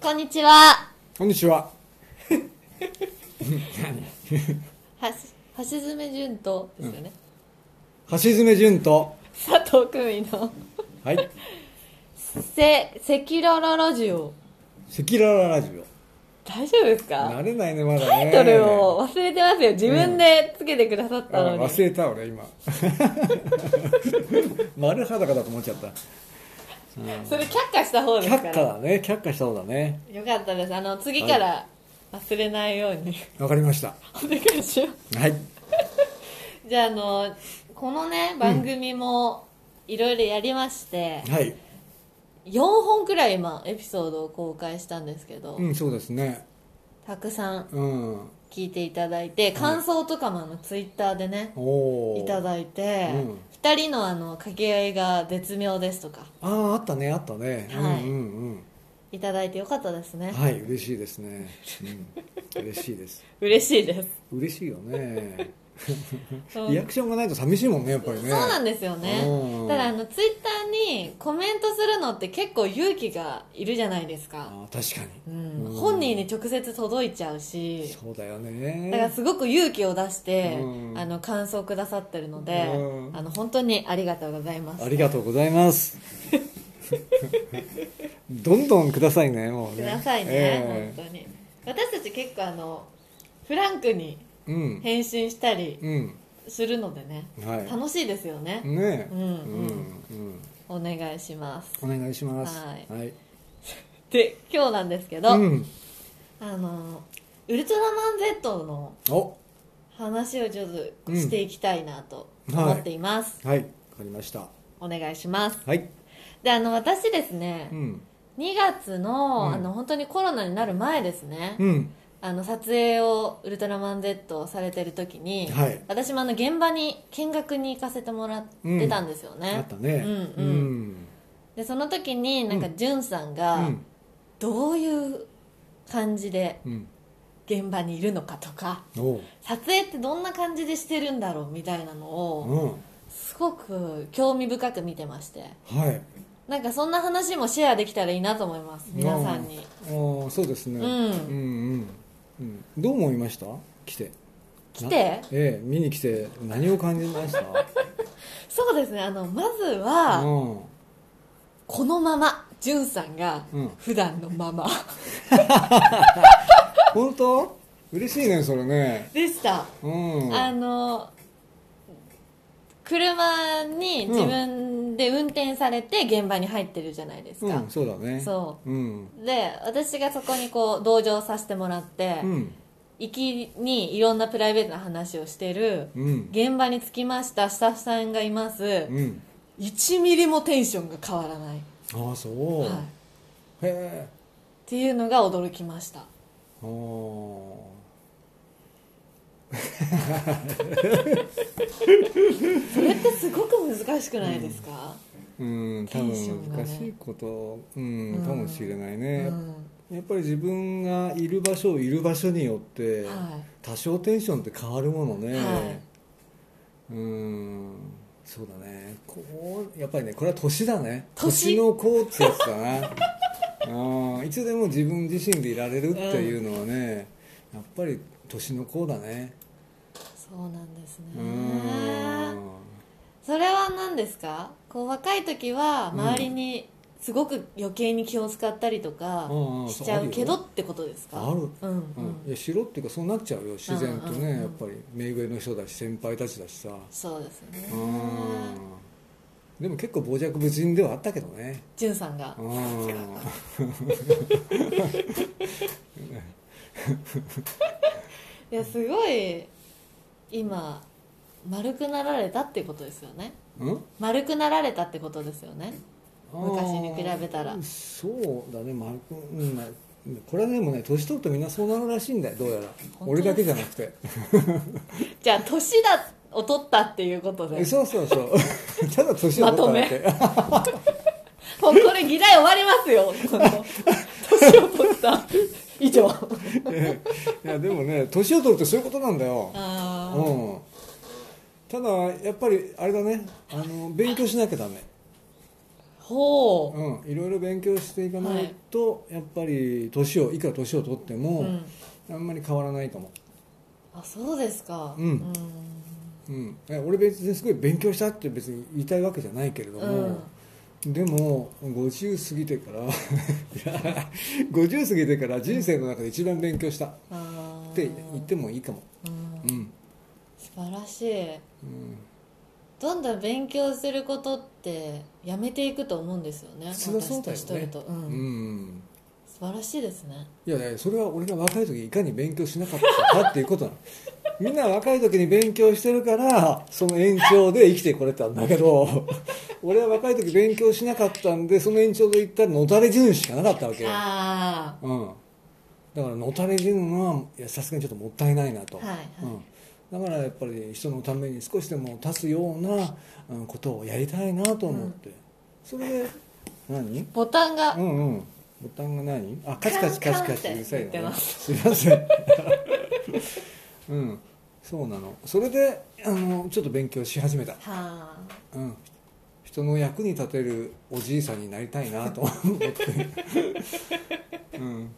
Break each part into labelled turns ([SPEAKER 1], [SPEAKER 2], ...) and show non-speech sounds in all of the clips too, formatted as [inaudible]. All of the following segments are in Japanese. [SPEAKER 1] こんにちは。
[SPEAKER 2] こんにちは。
[SPEAKER 1] はし、橋爪淳とですよね。
[SPEAKER 2] 橋爪淳と。
[SPEAKER 1] 佐藤久美の
[SPEAKER 2] はい。
[SPEAKER 1] せ、赤裸々ラジオ。
[SPEAKER 2] 赤裸々ラジ
[SPEAKER 1] 大丈夫です
[SPEAKER 2] オ。
[SPEAKER 1] か
[SPEAKER 2] 慣れないね、まだね。
[SPEAKER 1] タイトルを忘れてますよ。自分でつけてくださっ
[SPEAKER 2] あ。
[SPEAKER 1] たのに。
[SPEAKER 2] 忘れた、俺、今。 [laughs] 丸裸だと思っちゃった。
[SPEAKER 1] それ却下した方ですか
[SPEAKER 2] 却下
[SPEAKER 1] ら。
[SPEAKER 2] だね。却下した方だね。
[SPEAKER 1] よかったです。あの、次から忘れないように [laughs]
[SPEAKER 2] わかりました。
[SPEAKER 1] お願いしま
[SPEAKER 2] はい。
[SPEAKER 1] す。じゃあ、あの、このね、番組もいろいろやりまして、
[SPEAKER 2] はい。
[SPEAKER 1] 4本くらい今、エピソードを公開したんですけど、
[SPEAKER 2] うん、そうですね。
[SPEAKER 1] たくさん
[SPEAKER 2] うん。
[SPEAKER 1] 聞いていただいて感想とかもあのツイッターでね、
[SPEAKER 2] おー
[SPEAKER 1] いただいて、
[SPEAKER 2] うん
[SPEAKER 1] 2人のあの掛け合いが絶妙ですとか
[SPEAKER 2] ああ、あったね、あったね。
[SPEAKER 1] はい
[SPEAKER 2] うんうん
[SPEAKER 1] いただいてよかったです
[SPEAKER 2] う
[SPEAKER 1] ね
[SPEAKER 2] ん。はい、嬉しいですね。うん。嬉しいです。
[SPEAKER 1] 嬉しいです
[SPEAKER 2] 嬉しいよね。
[SPEAKER 1] そう
[SPEAKER 2] リアクションがないと寂しいもんね、やっぱり
[SPEAKER 1] そう
[SPEAKER 2] ね。
[SPEAKER 1] なんですよね
[SPEAKER 2] うん
[SPEAKER 1] ただあのツイッターにコメントするのって結構勇気がいるじゃないですか、
[SPEAKER 2] あー確か
[SPEAKER 1] うん、
[SPEAKER 2] に、
[SPEAKER 1] 本人に直接届いちゃうし
[SPEAKER 2] そうだよね
[SPEAKER 1] だからすごく勇気を出して、
[SPEAKER 2] うん
[SPEAKER 1] あの感想くださってるので、
[SPEAKER 2] うん
[SPEAKER 1] あの本当にありがとうございます
[SPEAKER 2] ありがとうございます
[SPEAKER 1] [laughs]
[SPEAKER 2] どんどんくださいねもうね
[SPEAKER 1] くださいね、
[SPEAKER 2] ええ
[SPEAKER 1] 本当に私たち結構あのフランクに
[SPEAKER 2] うん
[SPEAKER 1] 返信したり
[SPEAKER 2] うん
[SPEAKER 1] するのでね、
[SPEAKER 2] はい
[SPEAKER 1] 楽しいですよね、
[SPEAKER 2] ねえ
[SPEAKER 1] うんうん
[SPEAKER 2] うん
[SPEAKER 1] お願いします
[SPEAKER 2] お願いします
[SPEAKER 1] はい
[SPEAKER 2] はい、
[SPEAKER 1] で今日なんですけど、
[SPEAKER 2] うん、
[SPEAKER 1] あのウルトラマン Z の
[SPEAKER 2] お
[SPEAKER 1] 話をちょっと
[SPEAKER 2] うん
[SPEAKER 1] していきたいなと思っています、
[SPEAKER 2] はいわかりました
[SPEAKER 1] お願いします
[SPEAKER 2] はい
[SPEAKER 1] であの私ですね、
[SPEAKER 2] うん
[SPEAKER 1] 2月の,、
[SPEAKER 2] うん
[SPEAKER 1] あの本当にコロナになる前ですね、
[SPEAKER 2] うん
[SPEAKER 1] あの撮影を「ウルトラマン Z」をされてる時に、
[SPEAKER 2] はい
[SPEAKER 1] 私もあの現場に見学に行かせてもらってたんですよ
[SPEAKER 2] あ
[SPEAKER 1] ね
[SPEAKER 2] っ、たね
[SPEAKER 1] うんうんでその時になんか
[SPEAKER 2] うん
[SPEAKER 1] じゅんさん
[SPEAKER 2] う
[SPEAKER 1] が
[SPEAKER 2] ん
[SPEAKER 1] どういう感じで
[SPEAKER 2] うん
[SPEAKER 1] 現場にいるのかとか
[SPEAKER 2] おう
[SPEAKER 1] 撮影ってどんな感じでしてるんだろうみたいなのを
[SPEAKER 2] う
[SPEAKER 1] すごく興味深く見てまして
[SPEAKER 2] んはい
[SPEAKER 1] なんかそんな話もシェアできたらいいなと思います皆さんに
[SPEAKER 2] あーあーそうですね、
[SPEAKER 1] うん
[SPEAKER 2] うんうんうんどう思いました来て
[SPEAKER 1] 来て
[SPEAKER 2] なええ見に来て何を感じました
[SPEAKER 1] そうですねあのまずは
[SPEAKER 2] うん
[SPEAKER 1] このままじゅんさんが
[SPEAKER 2] うん
[SPEAKER 1] 普段のまま
[SPEAKER 2] 本当嬉しいねそれね
[SPEAKER 1] でした
[SPEAKER 2] うん
[SPEAKER 1] あの車に自分で運転されて現場に入ってるじゃないです
[SPEAKER 2] う
[SPEAKER 1] か
[SPEAKER 2] ん、、そうだね
[SPEAKER 1] そう
[SPEAKER 2] うん
[SPEAKER 1] で私がそこにこう同乗させてもらって、
[SPEAKER 2] うん
[SPEAKER 1] 行きにいろんなプライベートな話をしてる、
[SPEAKER 2] うん
[SPEAKER 1] 現場に着きましたスタッフさんがいます、
[SPEAKER 2] うん
[SPEAKER 1] 1ミリもテンションが変わらない、
[SPEAKER 2] ああそう、
[SPEAKER 1] はい、っ
[SPEAKER 2] へえ
[SPEAKER 1] ていうのが驚きました
[SPEAKER 2] あー
[SPEAKER 1] それってすごく難しくないですか、
[SPEAKER 2] うん多
[SPEAKER 1] テンション
[SPEAKER 2] 分
[SPEAKER 1] がね
[SPEAKER 2] 難しいこと、うん、かもしれないうね、
[SPEAKER 1] ん
[SPEAKER 2] やっぱり自分がいる場所いる場所によって、
[SPEAKER 1] はい
[SPEAKER 2] 多少テンションって変わるものね、
[SPEAKER 1] は
[SPEAKER 2] うーんそうだねこうやっぱりねこれは年だね
[SPEAKER 1] 年
[SPEAKER 2] の子ってやつだな [laughs] うんいつでも自分自身でいられるっていうのはね、やっぱり年の子だね
[SPEAKER 1] そうなんですね
[SPEAKER 2] うーん
[SPEAKER 1] それは何ですかこう若い時は周りにすごく余計に気を使ったりとか
[SPEAKER 2] うんうん
[SPEAKER 1] しちゃうけど
[SPEAKER 2] ある
[SPEAKER 1] ってことですか
[SPEAKER 2] ある
[SPEAKER 1] うんうん、
[SPEAKER 2] うん、いやしろっていうかそうなっちゃうよ自然とね、
[SPEAKER 1] うんうんうん
[SPEAKER 2] やっぱり目上の人だし先輩たちだしさ
[SPEAKER 1] そうですね
[SPEAKER 2] うんでも結構傍若無人ではあったけどね
[SPEAKER 1] じゅんさんが
[SPEAKER 2] う
[SPEAKER 1] いやすごい今丸くなられたってことですよね
[SPEAKER 2] んうん
[SPEAKER 1] 丸くなられたってことですよね昔に比べたら
[SPEAKER 2] あーそうだね、まあうんまあ、これはでもね年取るとみんなそうなるらしいんだよどうやら
[SPEAKER 1] 本当
[SPEAKER 2] 俺だけじゃなくて
[SPEAKER 1] じゃあ年だを取ったっていうことで
[SPEAKER 2] そうそう
[SPEAKER 1] [laughs]
[SPEAKER 2] そうただ年を取っただけ
[SPEAKER 1] もうこれ議題終わりますよこの年を取った以
[SPEAKER 2] [laughs]
[SPEAKER 1] 上
[SPEAKER 2] いやでもね年を取るってそういうことなんだよ、
[SPEAKER 1] あー
[SPEAKER 2] うん、ただやっぱりあれだねあの勉強しなきゃダメ
[SPEAKER 1] ほ
[SPEAKER 2] うん、いろいろ勉強していかないと、やっぱり年をいくら年を取って
[SPEAKER 1] う、
[SPEAKER 2] も、
[SPEAKER 1] うん、
[SPEAKER 2] あんまり変わらないかも、
[SPEAKER 1] あそうですか
[SPEAKER 2] うんうん、え俺別にすごい勉強したって別に言いたいわけじゃないけれども、でも50過ぎてから [laughs] いや50過ぎてから人生の中で一番勉強したっ
[SPEAKER 1] あー
[SPEAKER 2] て言ってもいいかも、
[SPEAKER 1] うん
[SPEAKER 2] うん
[SPEAKER 1] 素晴らしい
[SPEAKER 2] うん、
[SPEAKER 1] どんどん勉強することってやめていくと思うんですよね
[SPEAKER 2] 普通はそうだよね
[SPEAKER 1] 私と一人と、うん
[SPEAKER 2] うん
[SPEAKER 1] 素晴らしいですね
[SPEAKER 2] いやいやそれは俺が若い時いかに勉強しなかったかっていうことなの [laughs] みんな若い時に勉強してるからその延長で生きてこれたんだけど [laughs] 俺は若い時勉強しなかったんでその延長で言ったらのたれ順しかなかったわけよ
[SPEAKER 1] あ
[SPEAKER 2] うん、だからのたれ順はいやさすがにちょっともったいないなと、
[SPEAKER 1] はいはい
[SPEAKER 2] うん、だからやっぱり人のために少しでも立つようなうんことをやりたいなと思って、それで何
[SPEAKER 1] あボタンが、
[SPEAKER 2] うんうんボタンが何あカチカチカ
[SPEAKER 1] カ
[SPEAKER 2] チカチ
[SPEAKER 1] ンカンって
[SPEAKER 2] うるさいのね
[SPEAKER 1] 言ってます
[SPEAKER 2] いません [laughs] うんそうなのそれであのちょっと勉強し始めた、
[SPEAKER 1] はあ
[SPEAKER 2] うん、人の役に立てるおじいさんになりたいなと思
[SPEAKER 1] [laughs]
[SPEAKER 2] って、うん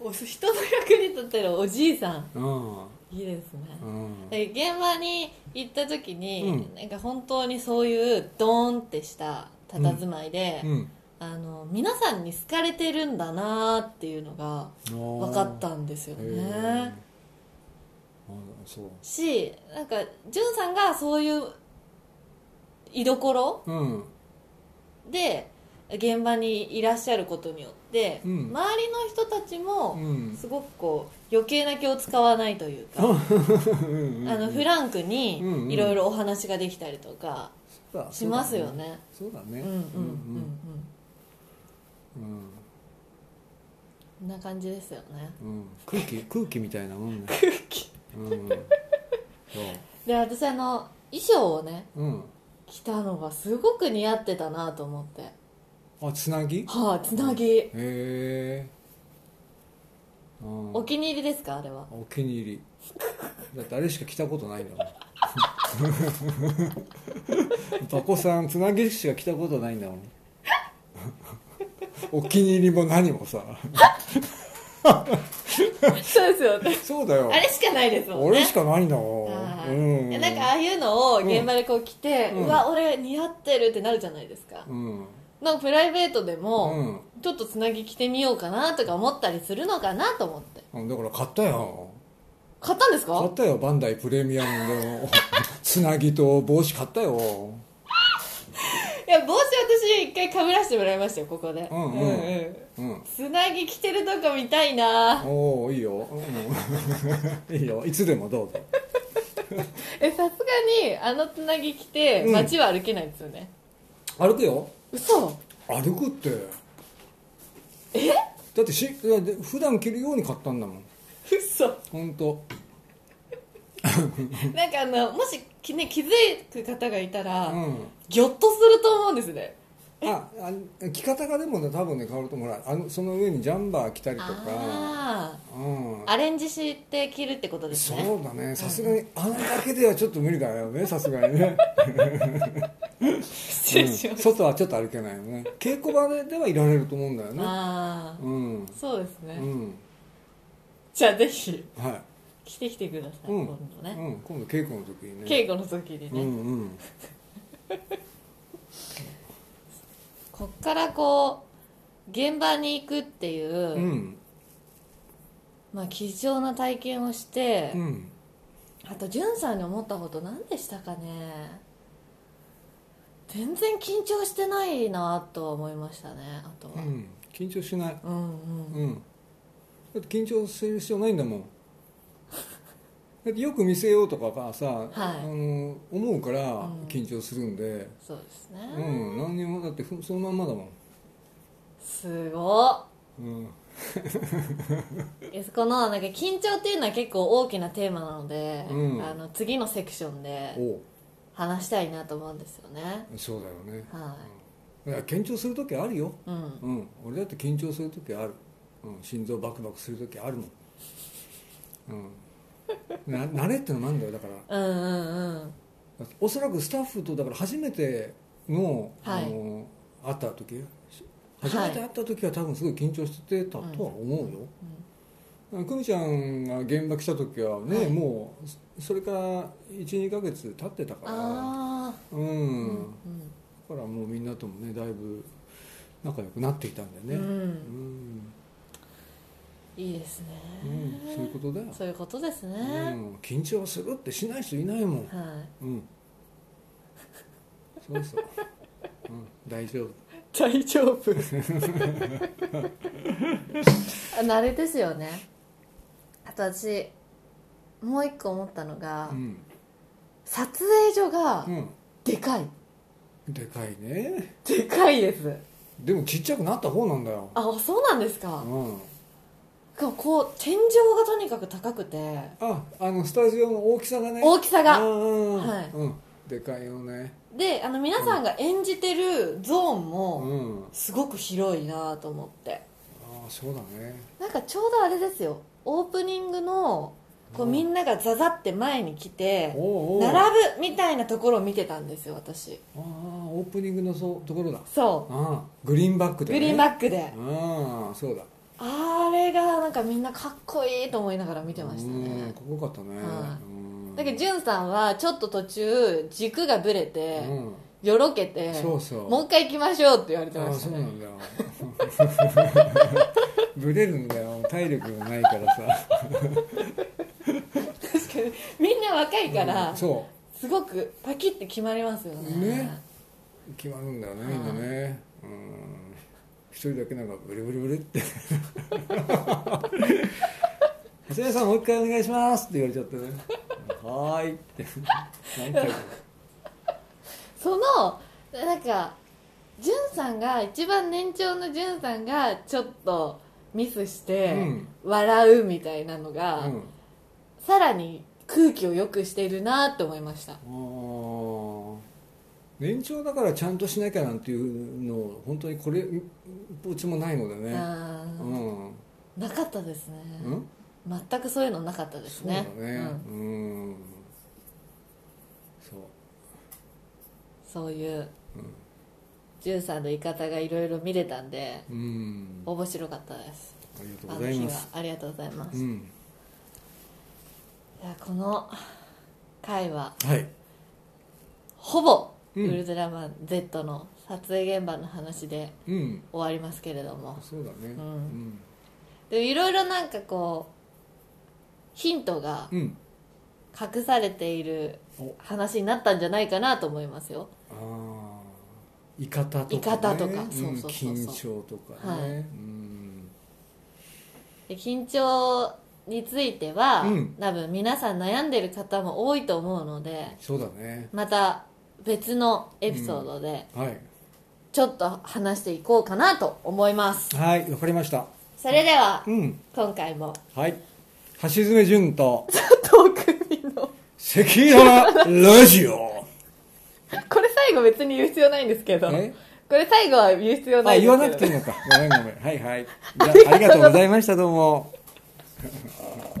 [SPEAKER 1] お人の役に立ってるおじいさん
[SPEAKER 2] うん
[SPEAKER 1] いいですね、
[SPEAKER 2] うん
[SPEAKER 1] で現場に行った時に、
[SPEAKER 2] うん
[SPEAKER 1] なんか本当にそういうドーンってした佇まいで、
[SPEAKER 2] うん
[SPEAKER 1] あの皆さんに好かれてるんだなっていうのが分かったんですよ
[SPEAKER 2] へー
[SPEAKER 1] ね
[SPEAKER 2] あそ
[SPEAKER 1] しなんかじゅんさんがそういう居所
[SPEAKER 2] ううん
[SPEAKER 1] で現場にいらっしゃることによって、
[SPEAKER 2] うん
[SPEAKER 1] 周りの人たち
[SPEAKER 2] う
[SPEAKER 1] も
[SPEAKER 2] ん
[SPEAKER 1] すごくこう余計な気を使わないというか、あのフランク
[SPEAKER 2] うんうん
[SPEAKER 1] にいろいろお話ができたりとかしますよね。
[SPEAKER 2] そうだ
[SPEAKER 1] う
[SPEAKER 2] ね
[SPEAKER 1] んうんうん
[SPEAKER 2] うんうん
[SPEAKER 1] うん。こんな感じですよね。
[SPEAKER 2] うん、空気空気みたいなもんね
[SPEAKER 1] 空気。
[SPEAKER 2] うんそ
[SPEAKER 1] で私あの衣装をね
[SPEAKER 2] う、うん、
[SPEAKER 1] 着たのがすごく似合ってたなと思って。
[SPEAKER 2] あつなぎへ
[SPEAKER 1] はい、つなぎ。
[SPEAKER 2] え、うん、
[SPEAKER 1] お気に入りですかあれは。
[SPEAKER 2] お気に入りだってあれしか着たことない
[SPEAKER 1] [laughs]
[SPEAKER 2] んだもんバコさんつなぎしか着たことないんだもんお気に入りも何もさ
[SPEAKER 1] そうですよね。
[SPEAKER 2] そうだよ
[SPEAKER 1] [laughs] あれしかないですもんね。
[SPEAKER 2] 俺しかないんだも
[SPEAKER 1] はい
[SPEAKER 2] ん、うん、
[SPEAKER 1] なんかああいうのを現場でこう着て、
[SPEAKER 2] うん
[SPEAKER 1] うわ俺似合ってるってなるじゃないですか、
[SPEAKER 2] うん
[SPEAKER 1] なんかプライベートで
[SPEAKER 2] う
[SPEAKER 1] も、
[SPEAKER 2] ん
[SPEAKER 1] ちょっとつなぎ着てみようかなとか思ったりするのかなと思って
[SPEAKER 2] うんだから買ったよ
[SPEAKER 1] 買ったんです
[SPEAKER 2] 買
[SPEAKER 1] か
[SPEAKER 2] ったよバンダイプレミアムの [laughs] つなぎと帽子買ったよ
[SPEAKER 1] いや帽子私一回かぶらせてもらいましたよここで
[SPEAKER 2] うんうん
[SPEAKER 1] ん
[SPEAKER 2] うん
[SPEAKER 1] つなぎ着てるとこ見たいな
[SPEAKER 2] おおいいよ、うん、 [laughs] いいよいつでもどうぞ
[SPEAKER 1] えさすがにあのつなぎ着て
[SPEAKER 2] うん
[SPEAKER 1] 街は歩けないですよね、
[SPEAKER 2] 歩くよ
[SPEAKER 1] 嘘
[SPEAKER 2] 歩くってえだってしだって普段着るように買ったんだもん
[SPEAKER 1] [laughs] 嘘
[SPEAKER 2] 本当。
[SPEAKER 1] なんかあのもしき、ね、気づく方がいたら、
[SPEAKER 2] う
[SPEAKER 1] ギョッとすると思うんですね
[SPEAKER 2] んああ着方がでもね多分ね変わると思うあのその上にジャンバー着たりとか
[SPEAKER 1] ああ
[SPEAKER 2] うん
[SPEAKER 1] アレンジして着るってことですね
[SPEAKER 2] そうだねさすがにあれだけではちょっと無理だよねさすがにね、
[SPEAKER 1] 失
[SPEAKER 2] う
[SPEAKER 1] 礼
[SPEAKER 2] ん、
[SPEAKER 1] しまし
[SPEAKER 2] 外はちょっと歩けない
[SPEAKER 1] [laughs]
[SPEAKER 2] よね稽古場でではいられると思うんだよ
[SPEAKER 1] た、
[SPEAKER 2] ね
[SPEAKER 1] ああ
[SPEAKER 2] うん
[SPEAKER 1] そうですね、
[SPEAKER 2] うん
[SPEAKER 1] じゃあぜひ
[SPEAKER 2] は
[SPEAKER 1] 着てきてください、
[SPEAKER 2] い、うん
[SPEAKER 1] 今度ね、
[SPEAKER 2] うん、今度稽古の時にね
[SPEAKER 1] 稽古の時にね、
[SPEAKER 2] うんうん
[SPEAKER 1] こっからこう現場に行くっていう、
[SPEAKER 2] うん
[SPEAKER 1] まあ貴重な体験をして、
[SPEAKER 2] うん
[SPEAKER 1] あとんさんに思ったこと何でしたかね全然緊張してないなとは思いましたねあとは、
[SPEAKER 2] う
[SPEAKER 1] うん、
[SPEAKER 2] ん緊張しない
[SPEAKER 1] うん
[SPEAKER 2] うんだって緊張する必要ないん
[SPEAKER 1] [laughs]
[SPEAKER 2] だもんだってよく見せようとかがさ、あの思うから
[SPEAKER 1] ん
[SPEAKER 2] 緊張するんで、
[SPEAKER 1] そうですね、
[SPEAKER 2] うん何にもだってふそのまんまだもん、
[SPEAKER 1] すごっ
[SPEAKER 2] うん、
[SPEAKER 1] えこのなんか緊張っていうのは結構大きなテーマなので、
[SPEAKER 2] うん
[SPEAKER 1] あの次のセクションで
[SPEAKER 2] おう
[SPEAKER 1] 話したいなと思うんですよね
[SPEAKER 2] そうだよね
[SPEAKER 1] はい
[SPEAKER 2] や緊張する時あるよ、
[SPEAKER 1] い、うん、
[SPEAKER 2] うん、俺だって緊張する時ある、うん、心臓バクバクする時あるもん、うん、な [laughs] 慣れってのもあるんだよだから
[SPEAKER 1] うんうんうん
[SPEAKER 2] おそらくスタッフとだから初めての,、
[SPEAKER 1] はい
[SPEAKER 2] あの会った時初めて会った時は多分すごい緊張してたとは思うよ、久美ちゃんが現場来た時はね、
[SPEAKER 1] はい
[SPEAKER 2] もうそれから12ヶ月経ってたから
[SPEAKER 1] あ
[SPEAKER 2] う、
[SPEAKER 1] あうんん
[SPEAKER 2] だからもうみんなともねだいぶ仲良くなっていたんだ
[SPEAKER 1] う
[SPEAKER 2] よね
[SPEAKER 1] ん
[SPEAKER 2] うん、
[SPEAKER 1] いいですね
[SPEAKER 2] うんそういうことだよ、
[SPEAKER 1] そういうことですね
[SPEAKER 2] うん、緊張するってしない人いないもん、
[SPEAKER 1] は
[SPEAKER 2] うんそうそう、うん、大丈夫
[SPEAKER 1] い大丈 [laughs] 夫あ慣れですよねあと私もう一個思ったのが、
[SPEAKER 2] うん、
[SPEAKER 1] 撮影所が
[SPEAKER 2] う
[SPEAKER 1] でかい
[SPEAKER 2] ん、でかいね
[SPEAKER 1] でかいです
[SPEAKER 2] でもちっちゃくなった方なんだよ
[SPEAKER 1] あそうなんですか、
[SPEAKER 2] うん
[SPEAKER 1] こう天井がとにかく高くて
[SPEAKER 2] ああのスタジオの大きさがね
[SPEAKER 1] 大きさが
[SPEAKER 2] うんうんうん
[SPEAKER 1] はい
[SPEAKER 2] うんでかいよね
[SPEAKER 1] であの皆さんが演じてるゾーン
[SPEAKER 2] う
[SPEAKER 1] も
[SPEAKER 2] ん
[SPEAKER 1] すごく広いなと思って
[SPEAKER 2] ああそうだね
[SPEAKER 1] なんかちょうどあれですよオープニングのこう
[SPEAKER 2] うん
[SPEAKER 1] みんながザザって前に来て
[SPEAKER 2] おうおう
[SPEAKER 1] 並ぶみたいなところを見てたんですよ私
[SPEAKER 2] ああオープニングのそうところだ
[SPEAKER 1] そ
[SPEAKER 2] ああグリーンバック
[SPEAKER 1] う
[SPEAKER 2] で、
[SPEAKER 1] グ
[SPEAKER 2] ね、
[SPEAKER 1] リーンバックで
[SPEAKER 2] ああそうだ
[SPEAKER 1] あれがなんかみんなかっこいいと思いながら見てました
[SPEAKER 2] うん
[SPEAKER 1] ね
[SPEAKER 2] かっこよかったね、
[SPEAKER 1] はい
[SPEAKER 2] うん
[SPEAKER 1] だけどんさんはちょっと途中軸がぶれて
[SPEAKER 2] うん
[SPEAKER 1] よろけて
[SPEAKER 2] そうそう
[SPEAKER 1] もう一回行きましょうって言われて
[SPEAKER 2] あ
[SPEAKER 1] ま
[SPEAKER 2] あ
[SPEAKER 1] した
[SPEAKER 2] そうな
[SPEAKER 1] ね
[SPEAKER 2] んだよブレるんだよ体力がないからさ
[SPEAKER 1] 確かに [laughs] みんな若いから、
[SPEAKER 2] うんそ
[SPEAKER 1] すごくパキッて決まりますよね
[SPEAKER 2] ねう決まるんだよね、
[SPEAKER 1] はい
[SPEAKER 2] 今ねうん一人だけなんかブルブルブルって長谷川さんもう一回お願いしますって言われちゃってねはーいって何回も
[SPEAKER 1] そのなんかんさんが一番年長のんさんがちょっとミスして
[SPEAKER 2] うん
[SPEAKER 1] 笑うみたいなのが、
[SPEAKER 2] うん
[SPEAKER 1] さらに空気を良くしているなって思いました
[SPEAKER 2] あー年長だからちゃんとしなきゃなんていうの本当にこれっぽっちもないのでね
[SPEAKER 1] あ
[SPEAKER 2] う
[SPEAKER 1] ー
[SPEAKER 2] ん、
[SPEAKER 1] なかったですね
[SPEAKER 2] うん
[SPEAKER 1] 全くそういうのなかったです
[SPEAKER 2] そうだ
[SPEAKER 1] ね
[SPEAKER 2] ね
[SPEAKER 1] うん
[SPEAKER 2] うん、そう
[SPEAKER 1] そういう、ん、んさんの言い方がいろいろ見れたんで
[SPEAKER 2] うんあ
[SPEAKER 1] 面白かったです
[SPEAKER 2] りが
[SPEAKER 1] あ
[SPEAKER 2] とう
[SPEAKER 1] の
[SPEAKER 2] ござい
[SPEAKER 1] 日
[SPEAKER 2] ま
[SPEAKER 1] は
[SPEAKER 2] す
[SPEAKER 1] ありがとうございます、
[SPEAKER 2] う
[SPEAKER 1] い
[SPEAKER 2] ん
[SPEAKER 1] やこの回は
[SPEAKER 2] はい
[SPEAKER 1] ほぼ、
[SPEAKER 2] う
[SPEAKER 1] ウ
[SPEAKER 2] ん
[SPEAKER 1] ルトラマン Z の撮影現場の話で
[SPEAKER 2] うん
[SPEAKER 1] 終わりますけれども
[SPEAKER 2] そうだね
[SPEAKER 1] う
[SPEAKER 2] うんん
[SPEAKER 1] でもいろいろなんかこうヒントが
[SPEAKER 2] うん
[SPEAKER 1] 隠されている
[SPEAKER 2] お
[SPEAKER 1] 話になったんじゃないかなと思いますよ
[SPEAKER 2] ああいかたとか、ね、
[SPEAKER 1] イカタとか
[SPEAKER 2] ん
[SPEAKER 1] そうそうそう
[SPEAKER 2] 緊張とかね、
[SPEAKER 1] はい
[SPEAKER 2] うん
[SPEAKER 1] で緊張については、
[SPEAKER 2] うん
[SPEAKER 1] 多分皆さん悩んでる方も多いと思うので
[SPEAKER 2] そうだね
[SPEAKER 1] また別のエピソードで
[SPEAKER 2] はい
[SPEAKER 1] ちょっと話していこうかなと思います、
[SPEAKER 2] はいわかりました
[SPEAKER 1] それでは、
[SPEAKER 2] うん
[SPEAKER 1] 今回も
[SPEAKER 2] はい橋爪潤と
[SPEAKER 1] 遠く見の
[SPEAKER 2] 赤裸々ラジオ
[SPEAKER 1] これ最後別に言う必要ないんですけどこ
[SPEAKER 2] え
[SPEAKER 1] れ最後は言う必要な
[SPEAKER 2] [laughs] あ
[SPEAKER 1] いん
[SPEAKER 2] 言
[SPEAKER 1] ですけど
[SPEAKER 2] わなくていいのかごめんごめんはいはいじゃあありがとうございましたどうも